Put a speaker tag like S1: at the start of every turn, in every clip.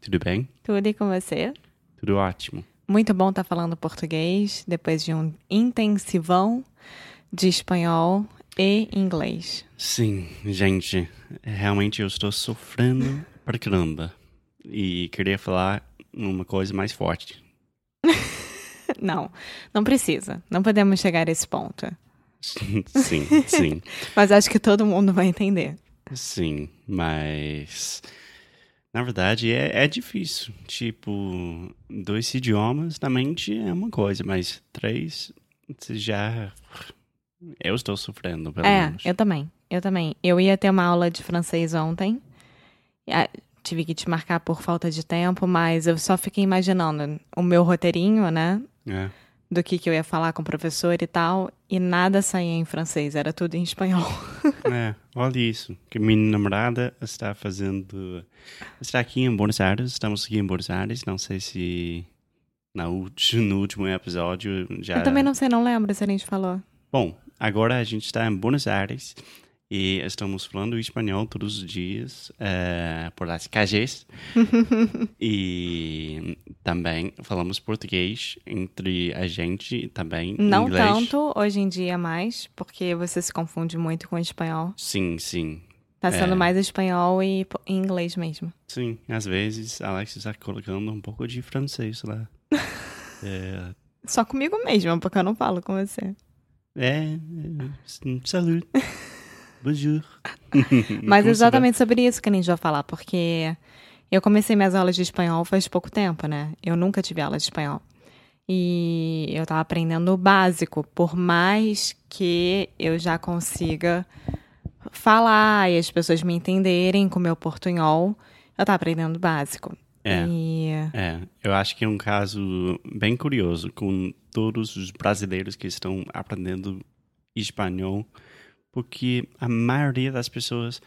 S1: Tudo bem?
S2: Tudo e com você?
S1: Tudo ótimo.
S2: Muito bom estar falando português depois de um intensivão de espanhol e inglês.
S1: Sim, gente, realmente eu estou sofrendo pra caramba. E queria falar uma coisa mais forte.
S2: Não, não precisa. Não podemos chegar a esse ponto.
S1: sim, sim,
S2: Mas acho que todo mundo vai entender.
S1: sim, mas. Na verdade, é, é difícil. Tipo, dois idiomas na mente é uma coisa, mas três, você já. Eu estou sofrendo, pelo
S2: É,
S1: menos.
S2: eu também. Eu também. Eu ia ter uma aula de francês ontem. E, ah, Tive que te marcar por falta de tempo, mas eu só fiquei imaginando o meu roteirinho, né?
S1: É.
S2: Do que, que eu ia falar com o professor e tal. E nada saía em francês, era tudo em espanhol.
S1: É, olha isso. Que minha namorada está fazendo. Está aqui em Buenos Aires. Estamos aqui em Buenos Aires. Não sei se na ulti- no último episódio já.
S2: Eu também não sei, não lembro se a gente falou.
S1: Bom, agora a gente está em Buenos Aires e estamos falando espanhol todos os dias eh, por as calles. e também falamos português entre a gente e também
S2: Não
S1: inglês.
S2: tanto hoje em dia mais, porque você se confunde muito com espanhol.
S1: Sim, sim.
S2: Tá sendo
S1: É.
S2: mais espanhol e po- e inglês mesmo.
S1: Sim, às vezes Alex está colocando um pouco de francês lá. é,
S2: Só comigo mesmo, porque eu não falo com você.
S1: é, é, salut, bonjour.
S2: Mas
S1: Como
S2: exatamente sobre isso que a gente vai falar, porque eu comecei minhas aulas de espanhol faz pouco tempo, né? Eu nunca tive aula de espanhol. E eu tava aprendendo o básico, por mais que eu já consiga falar e as pessoas me entenderem com o meu portunhol, eu tava aprendendo o básico.
S1: É.
S2: E
S1: É, eu acho que é um caso bem curioso com todos os brasileiros que estão aprendendo espanhol, porque a maioria das pessoas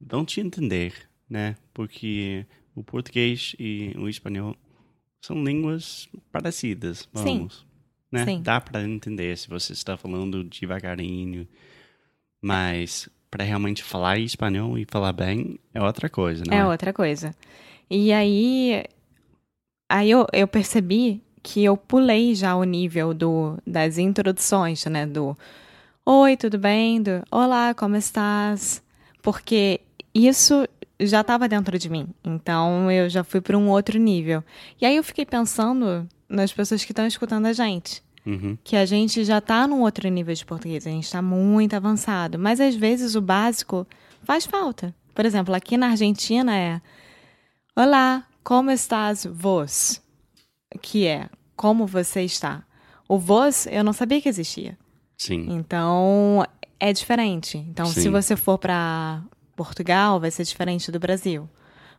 S1: vão te entender, né? Porque o português e o espanhol são línguas parecidas, vamos. Né?
S2: Sim.
S1: Dá para entender se você está falando devagarinho, mas para realmente falar espanhol e falar bem é outra coisa, né?
S2: É outra coisa. E aí, aí eu, eu percebi que eu pulei já o nível do, das introduções, né? Do Oi, tudo bem? Do Olá, como estás? Porque isso já estava dentro de mim. Então eu já fui para um outro nível. E aí eu fiquei pensando nas pessoas que estão escutando a gente
S1: Uhum.
S2: que a gente já está num outro nível de português, a gente está muito avançado, mas às vezes o básico faz falta. Por exemplo, aqui na Argentina é Olá, como estás vos? Que é como você está. O vos eu não sabia que existia.
S1: Sim.
S2: Então é diferente. Então se
S1: Sim.
S2: você for para Portugal vai ser diferente do Brasil.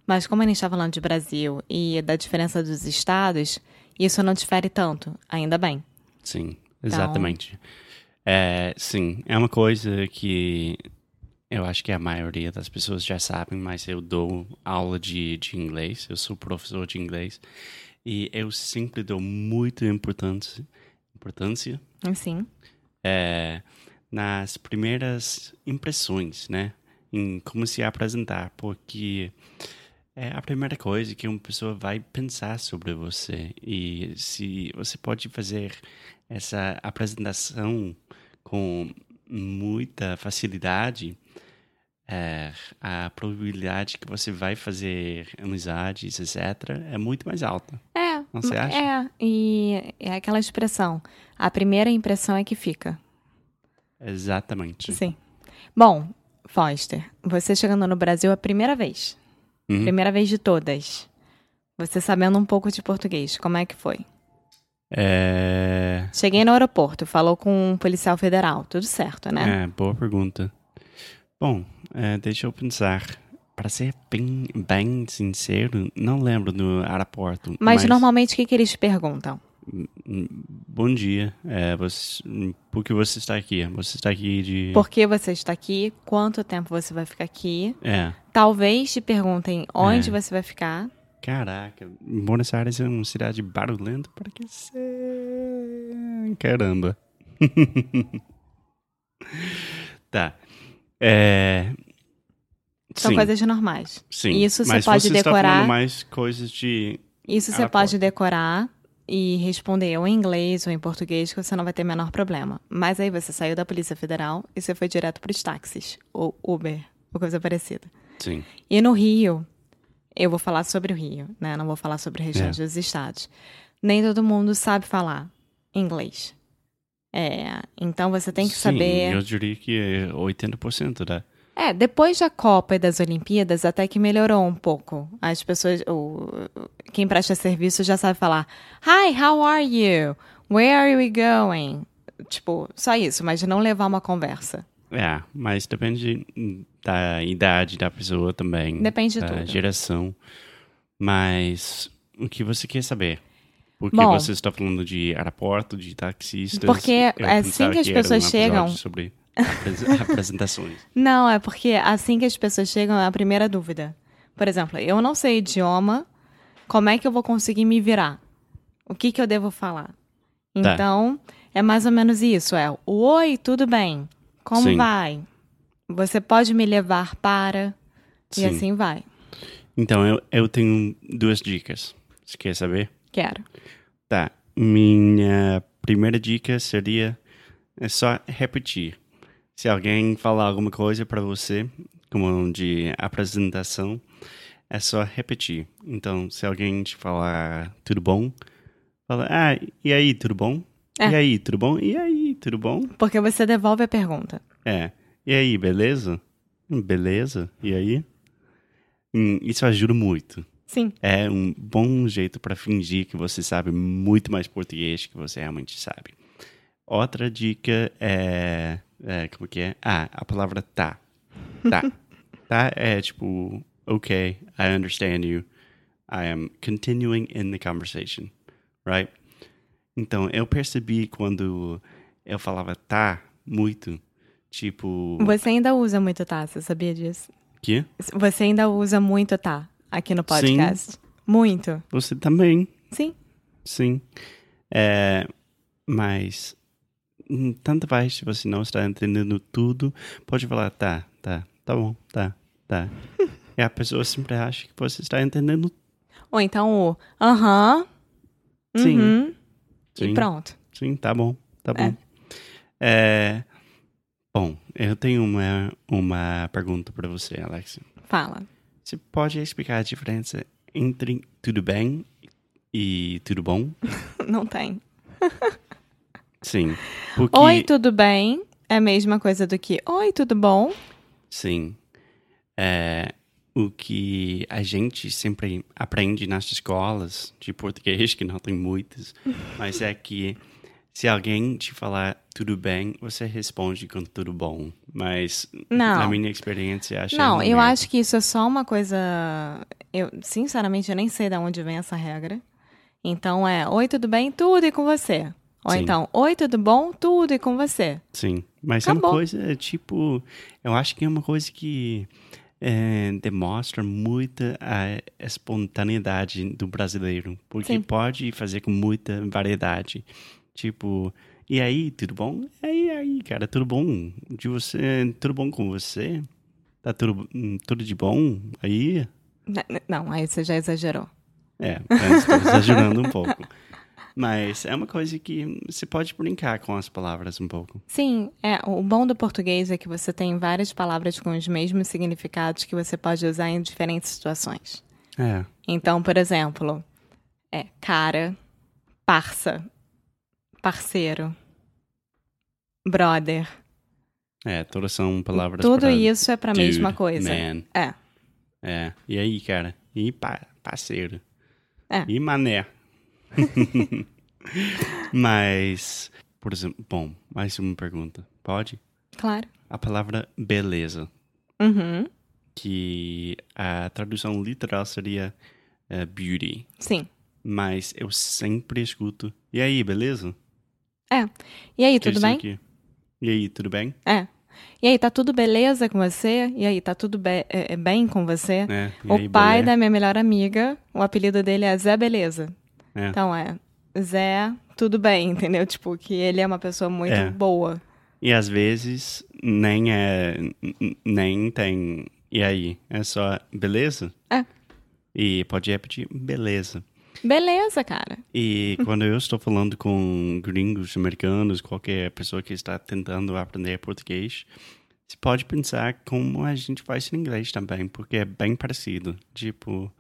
S2: Mas como a gente está falando de Brasil e da diferença dos estados, isso não difere tanto, ainda bem.
S1: Sim, exatamente. É, sim, é uma coisa que eu acho que a maioria das pessoas já sabem, mas eu dou aula de, de inglês, eu sou professor de inglês e eu sempre dou muita importância, importância
S2: Sim.
S1: é, nas primeiras impressões, né? Em como se apresentar, porque é a primeira coisa que uma pessoa vai pensar sobre você. E se você pode fazer essa apresentação com muita facilidade, é, a probabilidade que você vai fazer amizades, etc., é muito mais alta.
S2: É.
S1: Não, você acha?
S2: É, e é aquela expressão. A primeira impressão é que fica.
S1: Exatamente.
S2: Sim. Bom, Foster, você chegando no Brasil é a primeira vez.
S1: Uhum.
S2: Primeira vez de todas. Você sabendo um pouco de português, como é que foi?
S1: É...
S2: Cheguei no aeroporto, falou com um policial federal, tudo certo, né?
S1: É, boa pergunta. Bom, é, deixa eu pensar. Para ser bem, bem sincero, não lembro do aeroporto.
S2: Mas, normalmente o que, que eles perguntam?
S1: Hum, Bom dia. É, você, hum, por que você está aqui? Você está aqui de.
S2: Por que você está aqui? Quanto tempo você vai ficar aqui?
S1: É.
S2: Talvez te perguntem onde
S1: É.
S2: você vai ficar.
S1: Caraca, Buenos Aires é uma cidade barulhenta para que ser. Caramba. tá. É.
S2: São
S1: sim,
S2: coisas normais.
S1: sim.
S2: Então, isso você
S1: Mas
S2: pode
S1: você Está
S2: decorar.
S1: falando mais coisas de.
S2: Isso você
S1: Ah,
S2: pode decorar e responder ou em inglês ou em português, que você não vai ter o menor problema. Mas aí você saiu da Polícia Federal e você foi direto para os táxis, ou Uber, ou coisa parecida.
S1: Sim.
S2: E no Rio, eu vou falar sobre o Rio, né? Não vou falar sobre o restante dos estados. Nem todo mundo sabe falar inglês. É, então você tem que
S1: Sim,
S2: saber.
S1: Eu diria que é 80% da.
S2: É, depois da Copa e das Olimpíadas, até que melhorou um pouco. As pessoas, o, quem presta serviço já sabe falar: Hi, how are you? Where are we going? Tipo, só isso, mas não levar uma conversa.
S1: É, mas depende da idade da pessoa também.
S2: Depende de
S1: da
S2: tudo.
S1: geração. Mas o que você quer saber? Porque
S2: Bom.
S1: você está falando de aeroporto, de taxistas.
S2: Porque
S1: eu
S2: assim
S1: pensava
S2: que as
S1: era um
S2: pessoas
S1: episódio
S2: chegam-
S1: Sobre apres- apresentações.
S2: Não, é porque assim que as pessoas chegam, é a primeira dúvida. Por exemplo, eu não sei idioma, como é que eu vou conseguir me virar? O que, que eu devo falar?
S1: Tá.
S2: Então, é mais ou menos isso. É, oi, tudo bem? Como
S1: Sim.
S2: vai? Você pode me levar para...
S1: Sim.
S2: E assim vai.
S1: Então, eu, eu tenho duas dicas. Você quer saber?
S2: Quero.
S1: Tá. Minha primeira dica seria é só repetir. Se alguém falar alguma coisa para você, como de apresentação, é só repetir. Então, se alguém te falar tudo bom, fala: "Ah, e aí, tudo bom?"
S2: É.
S1: E aí, tudo bom? E aí, tudo bom?
S2: Porque você devolve a pergunta.
S1: É. E aí, beleza? "Hum, Beleza? E aí? Hum, Isso ajuda muito.
S2: Sim.
S1: É um bom jeito para fingir que você sabe muito mais português que você realmente sabe. Outra dica é, é, como que é? Ah, a palavra tá. Tá. tá é tipo, okay, I understand you. I am continuing in the conversation, right? Então, eu percebi quando eu falava tá muito, tipo,
S2: Você ainda usa muito tá, você sabia disso?
S1: que?
S2: Você ainda usa muito tá aqui no podcast. Muito.
S1: Você também
S2: Sim.
S1: Sim. É, mas hum, tanto faz se você não está entendendo tudo, pode falar, tá, tá, tá bom, tá, tá. e a pessoa sempre acha que você está entendendo
S2: Ou então o aham.
S1: Sim.
S2: uhum.
S1: sim,
S2: E pronto.
S1: sim, tá bom, tá
S2: É.
S1: bom. É, bom, eu tenho uma, uma pergunta para você, Alex.
S2: Fala.
S1: Você pode explicar a diferença entre tudo bem e tudo bom?
S2: Não tem.
S1: Sim. Porque...
S2: Oi, tudo bem? É a mesma coisa do que Oi, tudo bom?
S1: Sim. É, o que a gente sempre aprende nas escolas de português, que não tem muitas, mas é que se alguém te falar tudo bem, você responde com tudo bom. Mas na
S2: Não.
S1: minha experiência, acho
S2: Não, eu
S1: é.
S2: acho que isso é só uma coisa. Eu, sinceramente, eu nem sei de onde vem essa regra. Então é Oi, tudo bem? Tudo e com você. Ou
S1: Sim.
S2: então, Oi, tudo bom? Tudo e com você.
S1: Sim, mas é
S2: Acabou.
S1: uma coisa, tipo, eu acho que é uma coisa que é, demonstra muita a espontaneidade do brasileiro, porque
S2: Sim.
S1: pode fazer com muita variedade. Tipo, e aí, tudo bom? E aí, e aí, cara, tudo bom? De você, tudo bom com você? Tá tudo, hum, tudo de bom? Aí,
S2: N- n- Não, aí você já exagerou.
S1: é, estou exagerando um pouco. Mas é uma coisa que você pode brincar com as palavras um pouco.
S2: Sim, é, o bom do português é que você tem várias palavras com os mesmos significados que você pode usar em diferentes situações.
S1: É,
S2: Então, por exemplo, é cara, parça, parceiro, brother,
S1: É, todas são palavras
S2: Tudo
S1: pra
S2: isso é pra
S1: dude, né?
S2: mesma coisa.
S1: Man.
S2: É.
S1: É. E aí, cara? E pa- parceiro?
S2: É.
S1: E mané? mas, por exemplo, bom, mais uma pergunta. Pode?
S2: Claro.
S1: A palavra beleza,
S2: Uhum.
S1: que a tradução literal seria eh, beauty,
S2: Sim.
S1: mas eu sempre escuto. E aí, beleza?
S2: E aí,
S1: Quer
S2: tudo
S1: dizer
S2: bem?
S1: que- E aí, tudo bem?
S2: É. E aí, tá tudo beleza com você? E aí, tá tudo be- é- é bem com você?
S1: É, e
S2: O
S1: aí,
S2: pai
S1: beleza?
S2: da minha melhor amiga, o apelido dele é Zé Beleza.
S1: É.
S2: Então é Zé, tudo bem, entendeu? Tipo, que ele é uma pessoa muito
S1: É.
S2: boa.
S1: E às vezes nem é. n- n- Nem tem. E aí? É só beleza?
S2: É.
S1: E pode repetir, beleza.
S2: Beleza, cara.
S1: E quando eu estou falando com gringos, americanos, qualquer pessoa que está tentando aprender português, você pode pensar como a gente faz em inglês também, porque é bem parecido. Tipo,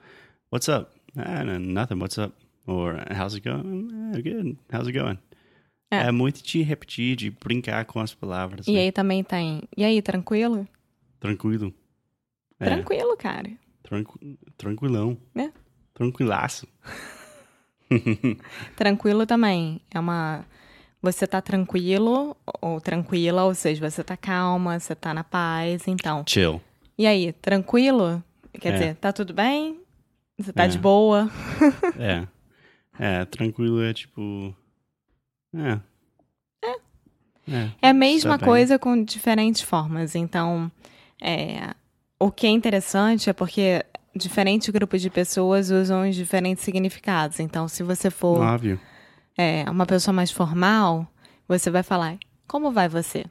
S1: what's up? Ah, no- nothing, what's up? Or how's it going? Ah, good, how's it going?
S2: É.
S1: É, muito de repetir, de brincar com as palavras.
S2: E
S1: né?
S2: aí também tem. E aí, tranquilo?
S1: Tranquilo. É,
S2: Tranquilo, cara.
S1: tranqu- tranquilão.
S2: É.
S1: Tranquilaço.
S2: Tranquilo também. É uma. Você tá tranquilo ou tranquila, ou seja, você tá calma, você tá na paz, então.
S1: Chill.
S2: E aí, tranquilo? Quer
S1: É.
S2: dizer, tá tudo bem? Você tá
S1: É.
S2: de boa?
S1: É. É, tranquilo é tipo. É. É.
S2: É a mesma
S1: Tá bem.
S2: coisa com diferentes formas. Então, é, o que é interessante é porque diferentes grupos de pessoas usam os diferentes significados. Então, se você for
S1: Óbvio.
S2: é, uma pessoa mais formal, você vai falar, como vai você?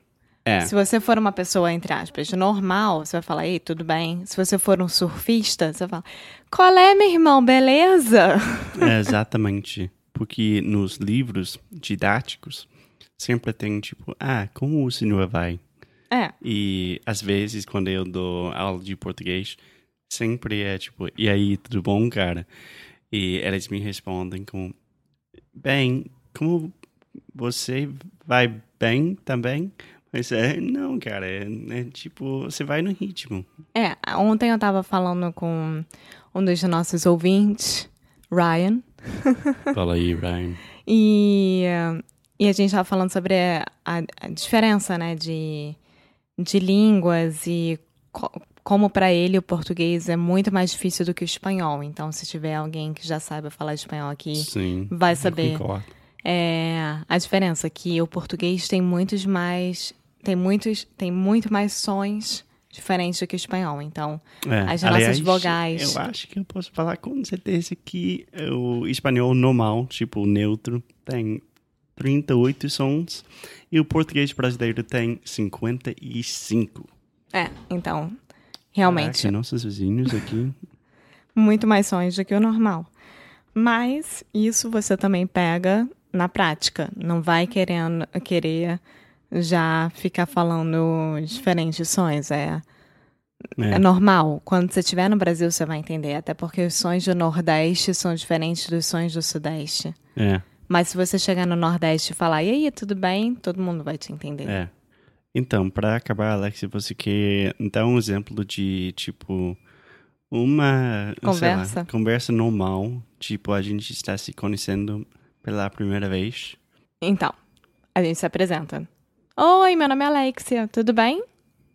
S1: É.
S2: Se você for uma pessoa, entre aspas, normal, você vai falar, ei, tudo bem. Se você for um surfista, você vai falar, qual é, meu irmão, beleza?
S1: É, exatamente. Porque nos livros didáticos sempre tem tipo, ah, como o senhor vai?
S2: É,
S1: E às vezes, quando eu dou aula de português, sempre é tipo, e aí, tudo bom, cara? E elas me respondem com, bem, como você vai bem também? Mas é, não, cara, é, é tipo, você vai no ritmo.
S2: É, ontem eu tava falando com um dos nossos ouvintes, Ryan,
S1: Fala aí, Ryan.
S2: e, eh, e a gente tava falando sobre a, a diferença, né, de, de línguas e co- como pra ele o português é muito mais difícil do que o espanhol. Então, se tiver alguém que já saiba falar espanhol aqui,
S1: Sim.
S2: vai
S1: eu
S2: saber
S1: concordo.
S2: é, a diferença é que o português tem muitos mais tem muitos tem muito mais sons diferentes do que o espanhol. Então,
S1: É,
S2: As nossas
S1: aliás,
S2: vogais.
S1: Eu acho que eu posso falar com certeza que o espanhol normal, tipo neutro, tem 38 sons e o português brasileiro tem 55.
S2: é, então realmente
S1: Caraca, nossos vizinhos aqui.
S2: muito mais sons do que o normal. Mas isso você também pega na prática. Não vai querendo querer já ficar falando diferentes sons. É, é.
S1: né?
S2: normal. Quando você estiver no Brasil, você vai entender. Até porque os sons do Nordeste são diferentes dos sons do Sudeste.
S1: É,
S2: Mas se você chegar no Nordeste e falar, e aí, tudo bem? Todo mundo vai te entender.
S1: é. Então, pra acabar, Alex, você quer dar um exemplo de, tipo, uma sei lá,
S2: Conversa.
S1: conversa normal, tipo, a gente está se conhecendo pela primeira vez.
S2: Então, a gente se apresenta. Oi, meu nome é Alexia, tudo bem?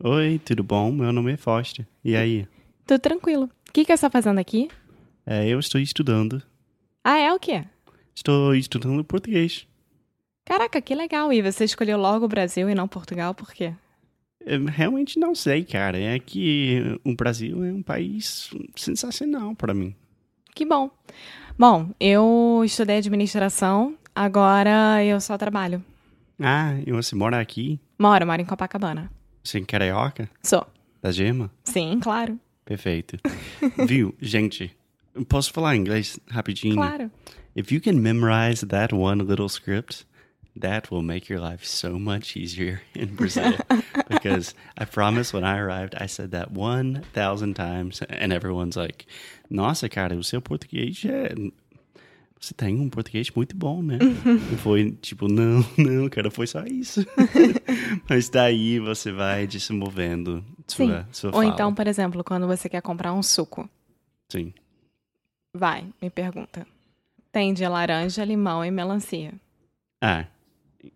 S1: Oi, tudo bom? Meu nome é Foster. E aí?
S2: Tudo tranquilo. O que, que você tá fazendo aqui?
S1: É, eu estou estudando.
S2: Ah, é o quê?
S1: Estou estudando português.
S2: Caraca, que legal. E você escolheu logo o Brasil e não Portugal, por quê?
S1: Eu realmente não sei, cara. É que o Brasil é um país sensacional para mim.
S2: Que bom. Bom, eu estudei administração, agora eu só trabalho.
S1: Ah, e você mora aqui?
S2: Moro, moro em Copacabana.
S1: Você é carioca?
S2: Sou.
S1: Da gema?
S2: Sim, claro.
S1: Perfeito. Viu, gente? Posso falar inglês rapidinho?
S2: Claro.
S1: If you can memorize that one little script, that will make your life so much easier in Brazil. because I promise when I arrived, I said that 1,000 times, and everyone's like, Nossa, cara, o seu português é. você tem um português muito bom, né? E foi tipo, não, não, cara, foi só isso. Mas daí você vai desenvolvendo sua,
S2: Sim.
S1: sua
S2: Ou
S1: fala.
S2: então, por exemplo, quando você quer comprar um suco,
S1: Sim.
S2: vai, me pergunta. Tem de laranja, limão e melancia.
S1: Ah,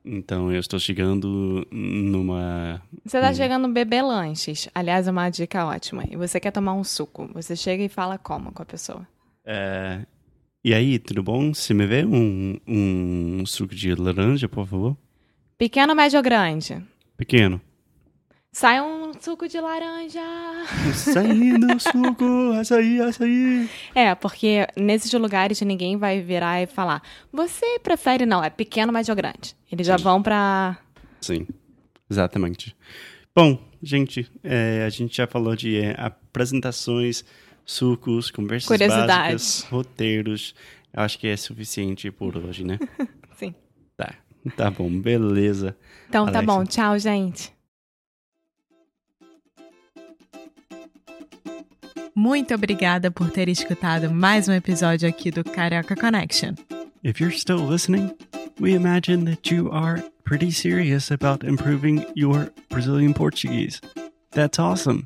S1: então eu estou chegando numa...
S2: Você tá chegando no bebê lanches. Aliás, é uma dica ótima. E você quer tomar um suco, você chega e fala como com a pessoa.
S1: eh, E aí, tudo bom? Você me vê um, um suco de laranja, por favor?
S2: Pequeno, médio ou grande?
S1: Pequeno.
S2: Sai um suco de laranja!
S1: Açaí do suco, açaí, açaí.
S2: É, porque nesses lugares ninguém vai virar e falar você prefere não, é pequeno, médio ou grande. Eles já vão pra...
S1: Sim, exatamente. Bom, gente, eh, a gente já falou de eh, apresentações, sucos, conversas
S2: Curiosidades.
S1: básicas, roteiros. Eu acho que é suficiente por hoje, né?
S2: Sim.
S1: Tá, tá bom, beleza.
S2: Então tá
S1: Alexa.
S2: bom, tchau, gente. Muito obrigada por ter escutado mais um episódio aqui do Carioca Connection.
S1: If you're still listening, we imagine that you are pretty serious about improving your Brazilian Portuguese. That's awesome.